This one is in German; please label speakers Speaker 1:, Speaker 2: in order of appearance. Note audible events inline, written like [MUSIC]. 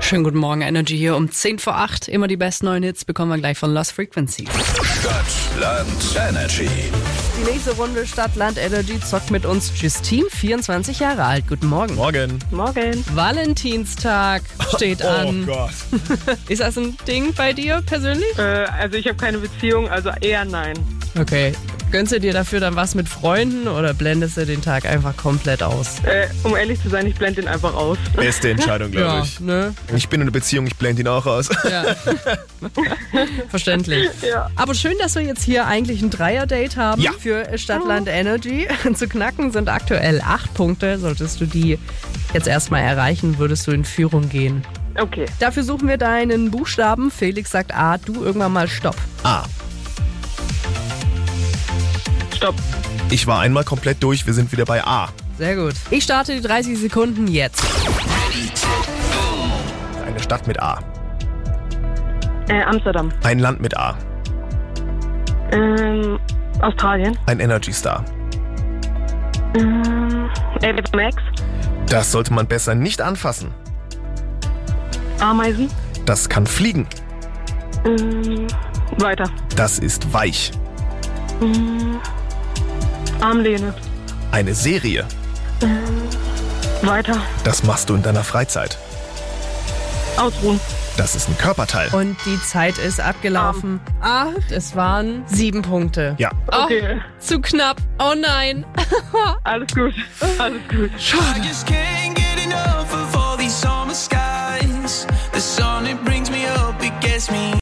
Speaker 1: Schönen guten Morgen, Energy hier um 10 vor 8. Immer die besten neuen Hits bekommen wir gleich von Lost Frequencies.
Speaker 2: Stadt, Land, Energy.
Speaker 1: Die nächste Runde Stadtland Energy zockt mit uns Justine, 24 Jahre alt. Guten Morgen.
Speaker 3: Morgen.
Speaker 4: Morgen.
Speaker 1: Valentinstag steht an.
Speaker 3: [LAUGHS] Oh Gott.
Speaker 1: Ist das ein Ding bei dir persönlich?
Speaker 4: Äh, also ich habe keine Beziehung, also eher nein.
Speaker 1: Okay. Gönnst du dir dafür dann was mit Freunden oder blendest du den Tag einfach komplett aus?
Speaker 4: Äh, um ehrlich zu sein, ich blende ihn einfach aus.
Speaker 3: Beste Entscheidung, glaube ich.
Speaker 1: ne?
Speaker 3: Ich bin in einer Beziehung, ich blende ihn auch aus. [LAUGHS]
Speaker 1: Ja. Verständlich.
Speaker 4: [LAUGHS] Ja.
Speaker 1: Aber schön, dass wir jetzt hier eigentlich ein Dreier-Date haben
Speaker 3: Ja.
Speaker 1: für Stadtland
Speaker 4: Mhm.
Speaker 1: Energy. [LAUGHS] Zu knacken sind aktuell acht Punkte. Solltest du die jetzt erstmal erreichen, würdest du in Führung gehen.
Speaker 4: Okay.
Speaker 1: Dafür suchen wir deinen Buchstaben. Felix sagt A, du irgendwann mal Stopp.
Speaker 3: Ah,
Speaker 4: Stopp.
Speaker 3: ich war einmal komplett durch, wir sind wieder bei A.
Speaker 1: Sehr gut. Ich starte die 30 Sekunden jetzt.
Speaker 3: Eine Stadt mit A.
Speaker 4: Äh, Amsterdam.
Speaker 3: Ein Land mit A.
Speaker 4: Ähm, Australien.
Speaker 3: Ein Energy Star.
Speaker 4: Ähm, Ava Max.
Speaker 3: Das sollte man besser nicht anfassen.
Speaker 4: Ameisen.
Speaker 3: Das kann fliegen.
Speaker 4: Ähm, weiter.
Speaker 3: Das ist weich.
Speaker 4: Armlehne.
Speaker 3: Eine Serie.
Speaker 4: Weiter.
Speaker 3: Das machst du in deiner Freizeit.
Speaker 4: Ausruhen.
Speaker 3: Das ist ein Körperteil.
Speaker 1: Und die Zeit ist abgelaufen. Ah, es waren sieben Punkte.
Speaker 3: Ja.
Speaker 4: Okay.
Speaker 1: Oh, zu knapp. Oh nein.
Speaker 4: Alles gut. Alles gut.
Speaker 5: I just can't get enough of all these summer skies. The sun, it brings me up, it gets me.